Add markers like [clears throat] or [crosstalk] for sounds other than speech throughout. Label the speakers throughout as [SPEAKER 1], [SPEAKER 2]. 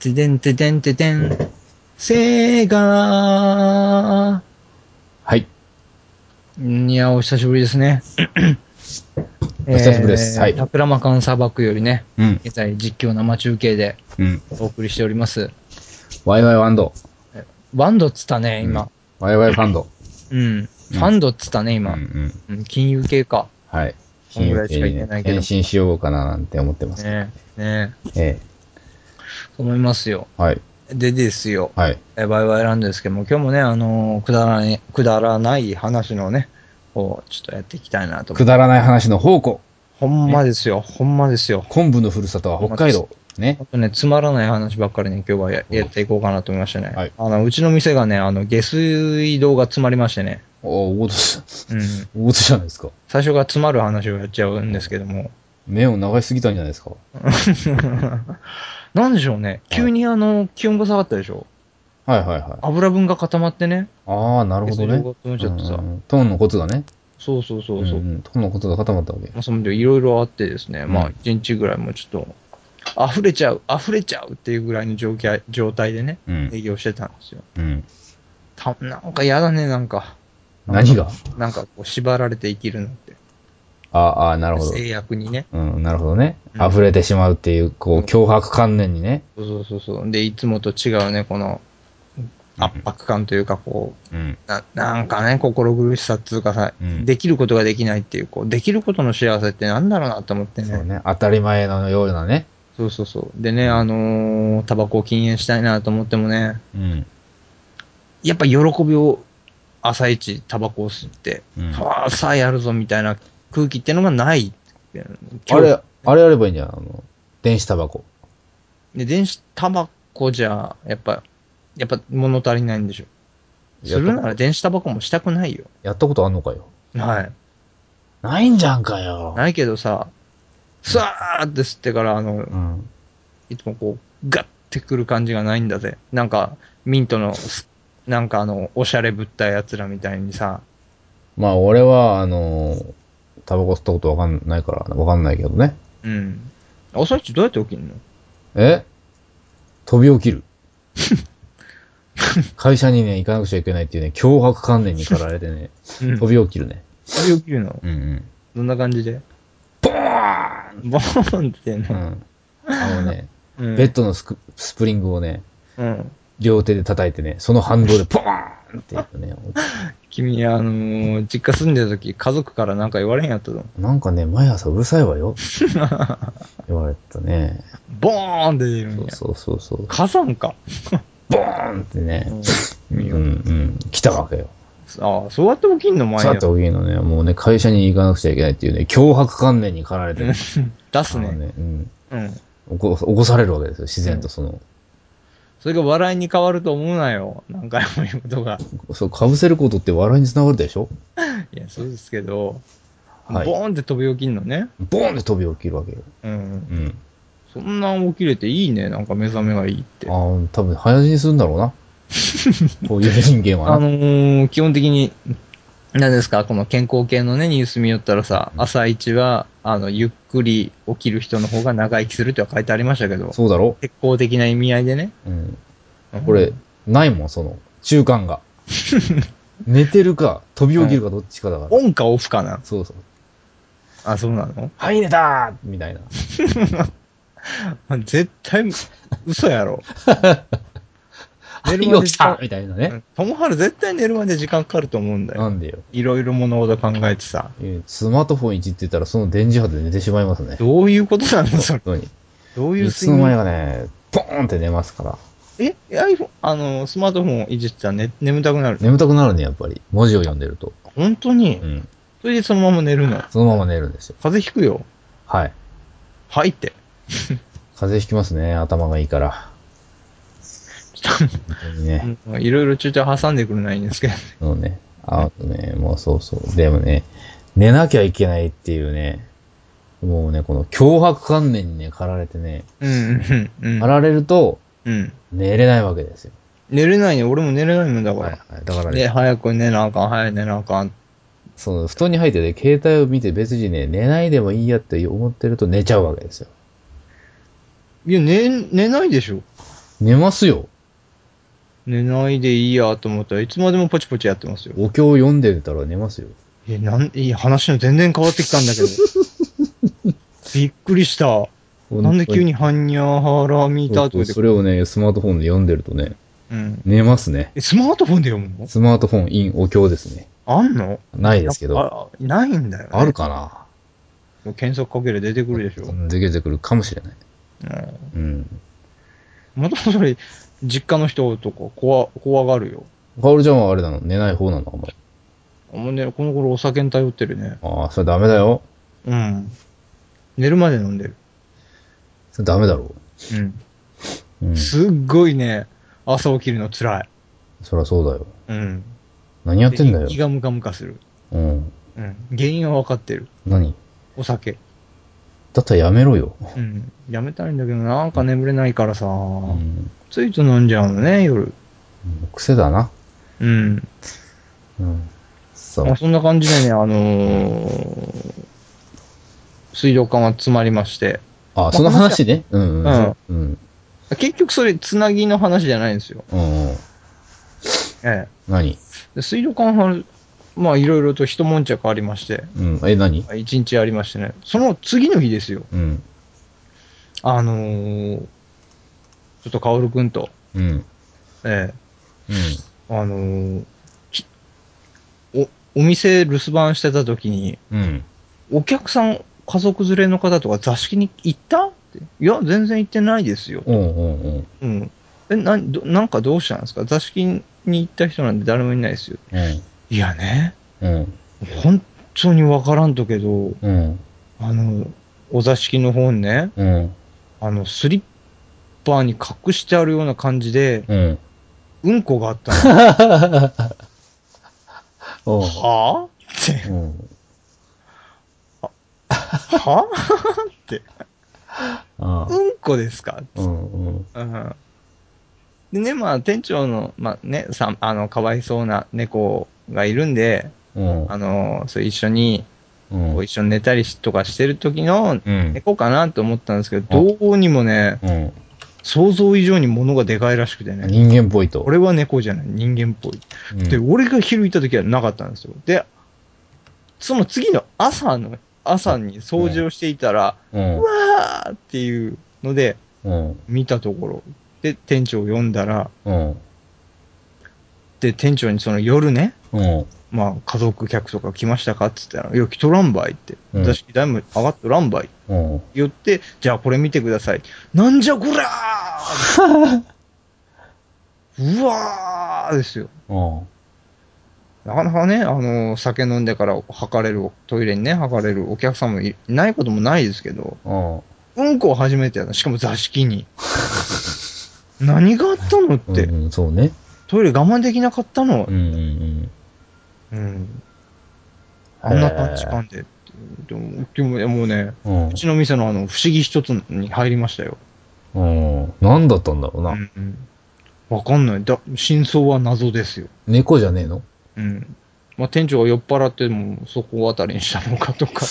[SPEAKER 1] てでんてでんてでん。セーガ
[SPEAKER 2] はい。
[SPEAKER 1] ー。いや、お久しぶりですね。お
[SPEAKER 2] [clears throat] お久しぶりですはい
[SPEAKER 1] 桜間間砂漠よりね、
[SPEAKER 2] うん。
[SPEAKER 1] 現在実況生中継で
[SPEAKER 2] うん。
[SPEAKER 1] お送りしております。
[SPEAKER 2] ワイワイワンド。
[SPEAKER 1] バンドっつったね、今。
[SPEAKER 2] ワイワイファンド。
[SPEAKER 1] うん。ファンドっつったね、
[SPEAKER 2] うんう
[SPEAKER 1] 今。
[SPEAKER 2] ん。
[SPEAKER 1] うん、金融系か。
[SPEAKER 2] はい。
[SPEAKER 1] こんぐらいしか
[SPEAKER 2] 金
[SPEAKER 1] 言
[SPEAKER 2] 融
[SPEAKER 1] ってないけど
[SPEAKER 2] 変身しようかななんて思ってます。
[SPEAKER 1] ねね
[SPEAKER 2] え
[SPEAKER 1] 思いますよ。
[SPEAKER 2] え。はい。
[SPEAKER 1] でですよ。
[SPEAKER 2] はい。
[SPEAKER 1] えバイバイなんですけども、今日もね、あのーくだらない、くだらない話のね、をちょっとやっていきたいなと思
[SPEAKER 2] く
[SPEAKER 1] う。
[SPEAKER 2] だらない話の宝庫。
[SPEAKER 1] ほんまですよ、ほんまですよ。
[SPEAKER 2] 昆布のふるさとは北海道。ね
[SPEAKER 1] ほ。んとね、つまらない話ばっかりね、今日はややっていこうかなと思いましたね。
[SPEAKER 2] はい
[SPEAKER 1] あの、うちの店がね、あの、下水道が詰まりましてね、
[SPEAKER 2] おお、大事し、
[SPEAKER 1] うん。
[SPEAKER 2] 大事じゃないですか。
[SPEAKER 1] 最初が詰まる話をやっちゃうんですけども、 [laughs]
[SPEAKER 2] 目を流しすぎたんじゃないですか。
[SPEAKER 1] なんでしょうね、急にあの、気温が下がったでしょ
[SPEAKER 2] はいはいはい。
[SPEAKER 1] 油分が固まってね、
[SPEAKER 2] ああ、なるほどね。
[SPEAKER 1] 下水道が詰まっちゃってさ
[SPEAKER 2] うんうんトーンのコツがね。
[SPEAKER 1] そうそうそうそう。
[SPEAKER 2] んんトーンのコツが固まったわけ。
[SPEAKER 1] まあ、そのいろいろあってですね、
[SPEAKER 2] うん
[SPEAKER 1] まあ、一日ぐらいもうちょっと、溢れちゃう、溢れちゃうっていうぐらいの状況状態でね、
[SPEAKER 2] うん。
[SPEAKER 1] 営業してたんですよ。
[SPEAKER 2] うん。
[SPEAKER 1] たなんか嫌だね、なんか。
[SPEAKER 2] 何が
[SPEAKER 1] なんかこう縛られて生きるのって。
[SPEAKER 2] ああ、なるほど。
[SPEAKER 1] 制約にね。
[SPEAKER 2] うん、なるほどね
[SPEAKER 1] う。ん
[SPEAKER 2] 溢れてしまうっていう、こう、脅迫観念にね。
[SPEAKER 1] そうそうそうそう。で、いつもと違うね、この圧迫感というか、こう、
[SPEAKER 2] うん。
[SPEAKER 1] ななんかね、心苦しさっていうかさ、
[SPEAKER 2] うん
[SPEAKER 1] できることができないっていう、こう、できることの幸せってなんだろうなと思って
[SPEAKER 2] そう
[SPEAKER 1] ね。
[SPEAKER 2] ね。当たり前のようなね。
[SPEAKER 1] そうそうそう。でね、あのータバコを禁煙したいなと思ってもね、
[SPEAKER 2] うん。
[SPEAKER 1] やっぱ喜びを朝一タバコを吸って、
[SPEAKER 2] うん
[SPEAKER 1] わあ、さあやるぞみたいな空気ってのがない。
[SPEAKER 2] あれ、あれやればいいんじゃないあの、電子タバコ。
[SPEAKER 1] で電子タバコじゃ、やっぱ、やっぱ物足りないんでしょ。するなら電子タバコもしたくないよ。
[SPEAKER 2] やったことあんのかよ。
[SPEAKER 1] はい。
[SPEAKER 2] ないんじゃんかよ。
[SPEAKER 1] ないけどさ、さーって吸ってから、あの、
[SPEAKER 2] うん。
[SPEAKER 1] いつもこう、ガッてくる感じがないんだぜ。なんか、ミントの、すなんかあの、おしゃれぶったやつらみたいにさ、
[SPEAKER 2] まあ、俺は、あのー、タバコ吸ったことわかんないから、わかんないけどね。
[SPEAKER 1] うん。朝一どうやって起きるの
[SPEAKER 2] え飛び起 [laughs] きる。会社にね、行かなくちゃいけないっていうね、脅迫観念に駆られてね、
[SPEAKER 1] うん
[SPEAKER 2] 飛び起きるね。
[SPEAKER 1] 飛び起きるの
[SPEAKER 2] うんうん。
[SPEAKER 1] どんな感じでボーンって
[SPEAKER 2] う
[SPEAKER 1] ね。
[SPEAKER 2] ん。あのね、
[SPEAKER 1] うん
[SPEAKER 2] ベッドのスクスプリングをね、
[SPEAKER 1] うん。
[SPEAKER 2] 両手で叩いてね、その反動でポーンって言うとね、
[SPEAKER 1] 君、あのー実家住んでた時、家族からなんか言われへんやったぞ。
[SPEAKER 2] なんかね、毎朝うるさいわ [laughs] よ。言われたね。
[SPEAKER 1] ボーンって出るんや。
[SPEAKER 2] そうそうそうそう。
[SPEAKER 1] 火山か。 [laughs]
[SPEAKER 2] ボーンってね。うんうん。来たわけよ。
[SPEAKER 1] ああ、そうやって起きんの前
[SPEAKER 2] さ
[SPEAKER 1] や
[SPEAKER 2] て、おぎのね、もうね、会社に行かなくちゃいけないっていうね、脅迫観念に駆られてね、
[SPEAKER 1] [laughs] 出す
[SPEAKER 2] あの
[SPEAKER 1] ね。
[SPEAKER 2] ね、うん。
[SPEAKER 1] うん。
[SPEAKER 2] 起こ、起こされるわけですよ、自然とその。
[SPEAKER 1] それが笑いに変わると思うなよ。何回も言うことが。
[SPEAKER 2] そう、被せることって笑いにつながるでしょ
[SPEAKER 1] いや、そうですけど、
[SPEAKER 2] はい
[SPEAKER 1] ボーンって飛び起きんのね。
[SPEAKER 2] ボーンって飛び起きるわけよ。
[SPEAKER 1] うん。
[SPEAKER 2] うん。
[SPEAKER 1] そんな起きれていいね。なんか目覚めがいいって。
[SPEAKER 2] あ
[SPEAKER 1] あ
[SPEAKER 2] あ、多分早死にするんだろう [laughs] な。こういう人間はな。
[SPEAKER 1] のー基本的に、何ですか、この健康系のね、ニュース見よったらさ、朝一は、あの、ゆっくり起きる人の方が長生きするとは書いてありましたけど、
[SPEAKER 2] そうだろ
[SPEAKER 1] 鉄鋼的な意味合いでね。
[SPEAKER 2] うん。これ、ないもん、その、中間 [laughs] が。寝てるか、飛び起きるかどっちかだから。
[SPEAKER 1] オンかオフかな
[SPEAKER 2] そうそう。
[SPEAKER 1] あ、そうなの
[SPEAKER 2] はい、寝たーみたいな。
[SPEAKER 1] 絶対、嘘や
[SPEAKER 2] [laughs]
[SPEAKER 1] ろ。
[SPEAKER 2] は
[SPEAKER 1] 寝る
[SPEAKER 2] い、
[SPEAKER 1] まで
[SPEAKER 2] 起きたみたいな
[SPEAKER 1] う
[SPEAKER 2] ね。
[SPEAKER 1] ん友春絶対寝るまで時間かかると思うんだ
[SPEAKER 2] な
[SPEAKER 1] よ。
[SPEAKER 2] んでよ。
[SPEAKER 1] いろいろ物事考えてさ。
[SPEAKER 2] えースマートフォンいじってたら、その電磁波で寝てしまいますね。
[SPEAKER 1] どういうことなのそれ。
[SPEAKER 2] 本当に。
[SPEAKER 1] どういう
[SPEAKER 2] いつ
[SPEAKER 1] 睡
[SPEAKER 2] の
[SPEAKER 1] 眠
[SPEAKER 2] 間にかね、ポーンって寝ますから。
[SPEAKER 1] え ?iPhone、あの、スマートフォンをいじってたら、ね、眠たくなる。
[SPEAKER 2] 眠たくなるね、やっぱり。文字を読んでると。
[SPEAKER 1] 本当に
[SPEAKER 2] うん。
[SPEAKER 1] それでそのまま寝るの。
[SPEAKER 2] そのまま寝るんですよ。
[SPEAKER 1] 風邪ひくよ。
[SPEAKER 2] はい。
[SPEAKER 1] はいって。
[SPEAKER 2] 風邪ひきますね、頭がいいから。本当にね。
[SPEAKER 1] うんいろいろ中途挟んでくれないんですけど。
[SPEAKER 2] そうね。あとね、もうそうそう。でもね、寝なきゃいけないっていうね、もうね、この脅迫観念にね、駆られてね、
[SPEAKER 1] うん、うん、うん
[SPEAKER 2] 駆。られると
[SPEAKER 1] うん。
[SPEAKER 2] 寝れないわけですよ。
[SPEAKER 1] 寝れないよ。俺も寝れないもんだ
[SPEAKER 2] はい
[SPEAKER 1] か
[SPEAKER 2] はい、だから
[SPEAKER 1] ら。
[SPEAKER 2] ね、
[SPEAKER 1] で、早く寝なあかん、早く寝なあかん。
[SPEAKER 2] その布団に入ってね、携帯を見て別にね、寝ないでもいいやって思ってると寝ちゃうわけですよ。
[SPEAKER 1] いや、寝、寝ないでしょ。
[SPEAKER 2] 寝ますよ。
[SPEAKER 1] 寝ないでいいやと思ったらいつまでもポチポチやってますよ。
[SPEAKER 2] お経を読んでたら寝ますよ。
[SPEAKER 1] え、なん、いや、話の全然変わってきたんだけど。
[SPEAKER 2] [laughs]
[SPEAKER 1] びっくりした。なんで急にハンニャハラミタと
[SPEAKER 2] そ
[SPEAKER 1] か
[SPEAKER 2] う
[SPEAKER 1] で
[SPEAKER 2] それをね、スマートフォンで読んでるとね、
[SPEAKER 1] うん。
[SPEAKER 2] 寝ますね。
[SPEAKER 1] え、スマートフォンで読むの
[SPEAKER 2] スマートフォン in お経ですね。
[SPEAKER 1] あんの
[SPEAKER 2] ないですけど、あ
[SPEAKER 1] あないんだよ、ね。
[SPEAKER 2] るかな
[SPEAKER 1] もう検索かける出てくるでしょ。
[SPEAKER 2] うん出てくるかもしれない。
[SPEAKER 1] うん
[SPEAKER 2] うん。
[SPEAKER 1] もともとそれ、実家の人とか怖怖がるよ。
[SPEAKER 2] カオルちゃんはあれなの寝ない方なのあんまり。
[SPEAKER 1] もうね、この頃お酒に頼ってるね。
[SPEAKER 2] ああ、それダメだよ。
[SPEAKER 1] うん。寝るまで飲んでる。
[SPEAKER 2] それダメだろ
[SPEAKER 1] う
[SPEAKER 2] う。うん
[SPEAKER 1] ん。。すっごいね、朝起きるの辛い。
[SPEAKER 2] そりゃそうだよ。
[SPEAKER 1] うん。
[SPEAKER 2] 何やってんだよ
[SPEAKER 1] で胃。がムカムカする。
[SPEAKER 2] うん。
[SPEAKER 1] うん。原因は分かってる。
[SPEAKER 2] 何
[SPEAKER 1] お酒。
[SPEAKER 2] だったらやめろよ。
[SPEAKER 1] うん。やめたいんだけど、なんか眠れないからさ、
[SPEAKER 2] うん。
[SPEAKER 1] ついつい飲んじゃうのね、夜。
[SPEAKER 2] 癖だな。
[SPEAKER 1] うん。
[SPEAKER 2] うん。そ
[SPEAKER 1] まあ、
[SPEAKER 2] う。
[SPEAKER 1] そんな感じでね、あのー水道管は詰まりまして。
[SPEAKER 2] あ、その話ね。うんうん。うん。
[SPEAKER 1] 結局それ、つなぎの話じゃないんですよ。
[SPEAKER 2] うん。うん。
[SPEAKER 1] ええ。
[SPEAKER 2] 何
[SPEAKER 1] で水道管は、まあ、いろいろと一悶着ありまして、
[SPEAKER 2] うん。え、何
[SPEAKER 1] 一日ありましてね、その次の日ですよ。
[SPEAKER 2] うん。
[SPEAKER 1] あのーちょっと薫くんと、
[SPEAKER 2] うん。
[SPEAKER 1] え
[SPEAKER 2] うん。
[SPEAKER 1] え、あのーひお、お店留守番してた時に、
[SPEAKER 2] うん。
[SPEAKER 1] お客さん、家族連れの方とか座敷に行ったって。いや、全然行ってないですよ。
[SPEAKER 2] うんうんうん。
[SPEAKER 1] うん。え、なん、どなんかどうしたんですか座敷に行った人なんて誰もいないですよ。
[SPEAKER 2] うん。
[SPEAKER 1] いやね、
[SPEAKER 2] うん。
[SPEAKER 1] 本当にわからんとけど、
[SPEAKER 2] うん。
[SPEAKER 1] あの、お座敷の方にね、
[SPEAKER 2] うん。
[SPEAKER 1] あの、スリッパに隠してあるような感じで、
[SPEAKER 2] うん。
[SPEAKER 1] うんこがあったの。
[SPEAKER 2] おう
[SPEAKER 1] はぁって、
[SPEAKER 2] うん。
[SPEAKER 1] はぁ
[SPEAKER 2] ああ。
[SPEAKER 1] うんこですか
[SPEAKER 2] うんうん。
[SPEAKER 1] うん。でね、まあ、店長の、まあね、さあの、かわいそうな猫がいるんで、
[SPEAKER 2] うん。
[SPEAKER 1] あの、そう一緒に、
[SPEAKER 2] うん。
[SPEAKER 1] こう一緒に寝たりしとかしてる時の
[SPEAKER 2] うん。
[SPEAKER 1] 猫かなと思ったんですけど、どうにもね、
[SPEAKER 2] うん。
[SPEAKER 1] 想像以上に物がでかいらしくてね、
[SPEAKER 2] 人間っぽいと。
[SPEAKER 1] 俺は猫じゃない、人間っぽい。
[SPEAKER 2] うん
[SPEAKER 1] で、俺が昼行った時はなかったんですよ。で、その次の朝の、朝に掃除をしていたら、
[SPEAKER 2] うん
[SPEAKER 1] う。わーっていうので、
[SPEAKER 2] うん。
[SPEAKER 1] 見たところ、で、店長を呼んだら、
[SPEAKER 2] うん。
[SPEAKER 1] で、店長にその夜ね、
[SPEAKER 2] うん。
[SPEAKER 1] まあ、家族客とか来ましたかって言ったら、いや、来とらんばいって。
[SPEAKER 2] うん
[SPEAKER 1] 私、だいぶ上がっとらんばいって
[SPEAKER 2] うん。
[SPEAKER 1] 言って、じゃあこれ見てください。なんじゃこらー
[SPEAKER 2] [laughs]
[SPEAKER 1] うわーですよ。
[SPEAKER 2] うん。
[SPEAKER 1] なかなかね、あの酒飲んでから吐かれる、トイレにね、吐かれるお客さんもいいないこともないですけど、
[SPEAKER 2] うん。
[SPEAKER 1] うんこを初めてやった。しかも座敷
[SPEAKER 2] [laughs]
[SPEAKER 1] に。何があったのって、
[SPEAKER 2] うん、そうね。
[SPEAKER 1] トイレ我慢できなかったの
[SPEAKER 2] う、ん
[SPEAKER 1] う
[SPEAKER 2] うん
[SPEAKER 1] ん、あんなパンチ感で。でもでももうね、
[SPEAKER 2] うん
[SPEAKER 1] う。ちの店のあの不思議一つに入りましたよ。
[SPEAKER 2] うん。うん。何だったんだろう
[SPEAKER 1] う
[SPEAKER 2] な。
[SPEAKER 1] んうんわかんないだ。真相は謎ですよ。
[SPEAKER 2] 猫じゃねえの
[SPEAKER 1] うん。まあ、店長が酔っ払っても、そこあたりにしたのかとか、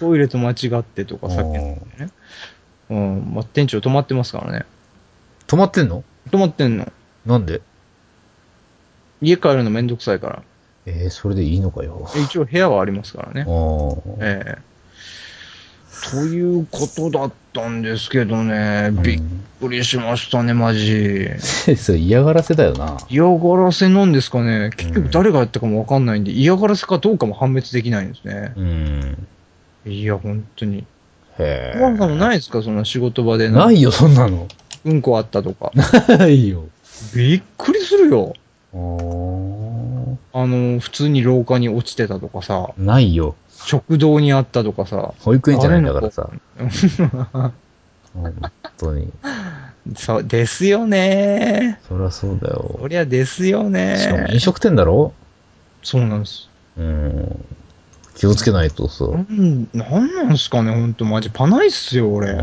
[SPEAKER 1] トイレと間違ってとか、さっきのね。うん。まあ、店長止まってますからね。
[SPEAKER 2] 止まってんの
[SPEAKER 1] 止まってんの。
[SPEAKER 2] なんで
[SPEAKER 1] 家帰るのめんどくさいから。
[SPEAKER 2] えー、それでいいのかよ。
[SPEAKER 1] え一応部屋はありますから
[SPEAKER 2] あ
[SPEAKER 1] ね。
[SPEAKER 2] あ。
[SPEAKER 1] ええということだったんですけどね、びっくりしましたね、マジ。
[SPEAKER 2] それ嫌がらせだよな。
[SPEAKER 1] 嫌がらせなんですかね。結局誰がやったかもわかんないんで、嫌がらせかどうかも判別できないんですね。
[SPEAKER 2] うん。
[SPEAKER 1] いや、本当に。
[SPEAKER 2] へえ。
[SPEAKER 1] 小原さんもないですかその仕事場での
[SPEAKER 2] ないよ、そんなの。
[SPEAKER 1] うんこあったとか。
[SPEAKER 2] ないよ。
[SPEAKER 1] びっくりするよ。
[SPEAKER 2] あー
[SPEAKER 1] あの、普通に廊下に落ちてたとかさ、
[SPEAKER 2] ないよ。
[SPEAKER 1] 食堂にあったとかさ、
[SPEAKER 2] 保育園じゃないんだからさ。本当に。
[SPEAKER 1] そう、ですよね
[SPEAKER 2] そりゃそう
[SPEAKER 1] ー。
[SPEAKER 2] だ
[SPEAKER 1] そ
[SPEAKER 2] よ。
[SPEAKER 1] りゃですよ
[SPEAKER 2] しかも
[SPEAKER 1] ね
[SPEAKER 2] 飲
[SPEAKER 1] ー。
[SPEAKER 2] 食店だろ
[SPEAKER 1] そうなんです。
[SPEAKER 2] うん。気をつけないとさ。う
[SPEAKER 1] なん、なんなんすかね、ほんと、マジ。パないっすよ、俺。
[SPEAKER 2] ん。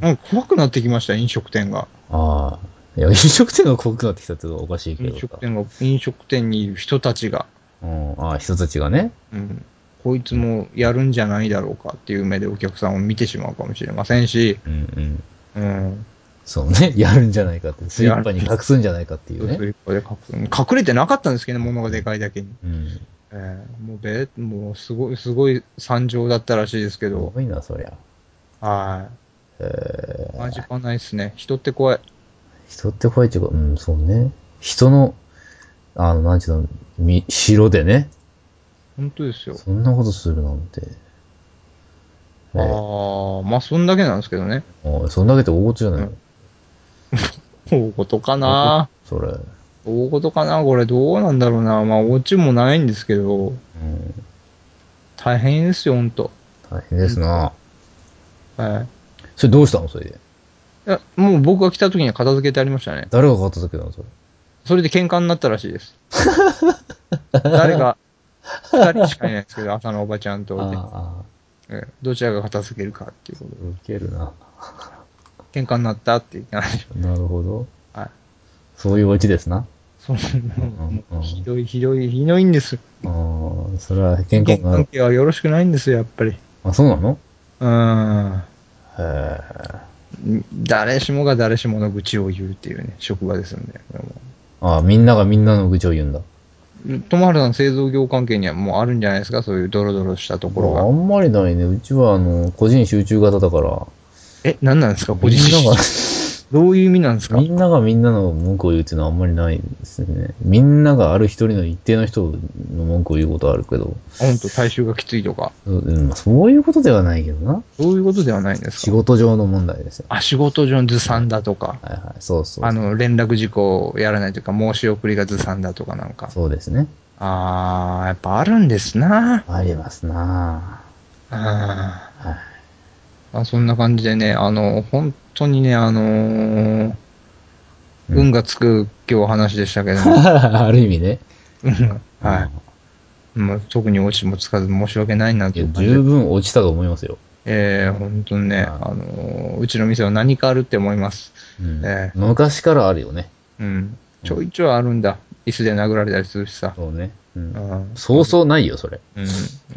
[SPEAKER 1] なんか怖くなってきました、飲食店が。
[SPEAKER 2] ああ。いや、飲食店が怖くなってきたってのはおかしいけ
[SPEAKER 1] 飲
[SPEAKER 2] どさ
[SPEAKER 1] 食。店が、飲食店にいる人たちが、
[SPEAKER 2] うん。ああ、人たちがね。
[SPEAKER 1] うん、こいつもやるんじゃないだろうかっていう目でお客さんを見てしまうかもしれませんし、
[SPEAKER 2] うん
[SPEAKER 1] うん、
[SPEAKER 2] そのね、 [laughs] やるんじゃないかって、スリッパに隠すんじゃないかっていうね。
[SPEAKER 1] 隠れてなかったんですけどね、物がでかいだけに。
[SPEAKER 2] うん。
[SPEAKER 1] えーもうべ、もうすごい、すごい惨状だったらしいですけ
[SPEAKER 2] す
[SPEAKER 1] ど、
[SPEAKER 2] ごいな、そりゃ。
[SPEAKER 1] は
[SPEAKER 2] え
[SPEAKER 1] い。
[SPEAKER 2] ー、
[SPEAKER 1] マジかないですね。人って怖い。
[SPEAKER 2] 人って怖いっていうか、うん、そうね。人の、あの、なんちゅうの、み、城でね、
[SPEAKER 1] 本当ですよ。
[SPEAKER 2] そんなことするなんて。えー
[SPEAKER 1] ああ、まあ、そんだけなんですけどね。
[SPEAKER 2] おいそんだけで大事じゃないの、
[SPEAKER 1] うん大事かな
[SPEAKER 2] それ。
[SPEAKER 1] 大事かなこれどうなんだろうなまあ、お家もないんですけど、
[SPEAKER 2] うん。
[SPEAKER 1] 大変ですよ、ほんと。
[SPEAKER 2] 大変ですな。
[SPEAKER 1] はい。
[SPEAKER 2] それどうしたのそれで。
[SPEAKER 1] いや、もう僕が来た時には片付けてありましたね。
[SPEAKER 2] 誰が片付けたのそれ。
[SPEAKER 1] それで喧嘩になったらしい
[SPEAKER 2] [laughs]
[SPEAKER 1] です。誰が、二人しかいないですけど、朝のおばちゃんとで
[SPEAKER 2] ああ、
[SPEAKER 1] ええどちらが片付けるかっていうこと
[SPEAKER 2] ウケるな。
[SPEAKER 1] で。喧嘩になったって言ってまし
[SPEAKER 2] なるほど。
[SPEAKER 1] た。はい。
[SPEAKER 2] そういうオチですな。
[SPEAKER 1] そ
[SPEAKER 2] ん
[SPEAKER 1] の、もうひどいひどいひどいんです。
[SPEAKER 2] ああ、それは喧
[SPEAKER 1] 人
[SPEAKER 2] 嘩にな
[SPEAKER 1] 間関
[SPEAKER 2] る。
[SPEAKER 1] 係はよろしくないんですよ、やっぱり。
[SPEAKER 2] あ、そうなの
[SPEAKER 1] うーん。
[SPEAKER 2] へえ。
[SPEAKER 1] 誰しもが誰しもの愚痴を言うっていうね、職場ですんで。これも
[SPEAKER 2] ああ、みんながみんなの愚痴を言うんだ。
[SPEAKER 1] 友原さん製造業関係にはもうあるんじゃないですかそういうドロドロしたところ
[SPEAKER 2] あ
[SPEAKER 1] が。
[SPEAKER 2] んまりないね。うちは、あの、個人集中型だから、
[SPEAKER 1] え、何なんですかポ
[SPEAKER 2] み
[SPEAKER 1] ジシ
[SPEAKER 2] んな
[SPEAKER 1] ョン
[SPEAKER 2] が。、
[SPEAKER 1] どういう意味なんですか
[SPEAKER 2] みんながみんなの文句を言うっていうのはあんまりないですね。みんながある一人の一定の人の文句を言うことはあるけど、
[SPEAKER 1] 本当体臭がきついとか。
[SPEAKER 2] ううんまあそういうことではないけどな。
[SPEAKER 1] そういうことではないんです
[SPEAKER 2] 仕
[SPEAKER 1] か
[SPEAKER 2] 事上の問題ですよ。
[SPEAKER 1] あ、仕事上のずさんだとか、
[SPEAKER 2] はいはい。そうそう。
[SPEAKER 1] あの、連絡事項をやらないというか、申し送りがずさんだとかなんか。
[SPEAKER 2] そうですね。
[SPEAKER 1] あー、やっぱあるんですな
[SPEAKER 2] ありますな
[SPEAKER 1] あ
[SPEAKER 2] ぁ。はい。
[SPEAKER 1] ーあそんな感じでね、あの、本当にね、あのー、
[SPEAKER 2] うん
[SPEAKER 1] 運がつく今日話でしたけども、
[SPEAKER 2] [laughs] ある意味ね。
[SPEAKER 1] うんはい。もう特に落ちもつかず申し訳ないなと
[SPEAKER 2] い
[SPEAKER 1] い
[SPEAKER 2] や
[SPEAKER 1] う感じで
[SPEAKER 2] 十分落ちたと思いますよ。
[SPEAKER 1] えー、本当にね、
[SPEAKER 2] は
[SPEAKER 1] あのーうちの店は何かあるって思います。
[SPEAKER 2] うん
[SPEAKER 1] ええ
[SPEAKER 2] 昔からあるよね。
[SPEAKER 1] うん。ちょいちょいあるんだ。椅子で殴られたりするしさ。
[SPEAKER 2] そうね。うん
[SPEAKER 1] うん。
[SPEAKER 2] そうそうないよ、それ。
[SPEAKER 1] うん。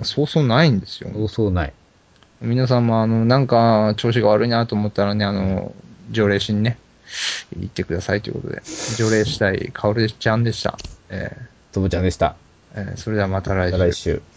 [SPEAKER 1] そうそうないんですよ。
[SPEAKER 2] そうそうない。
[SPEAKER 1] 皆さんも、あの、なんか、調子が悪いなと思ったらね、あの、条例しにね、行ってくださいということで、条例したい、かおるちゃんでした。え
[SPEAKER 2] とぼちゃんでした。
[SPEAKER 1] ーえーそれではまた来
[SPEAKER 2] また
[SPEAKER 1] 週。
[SPEAKER 2] 来週。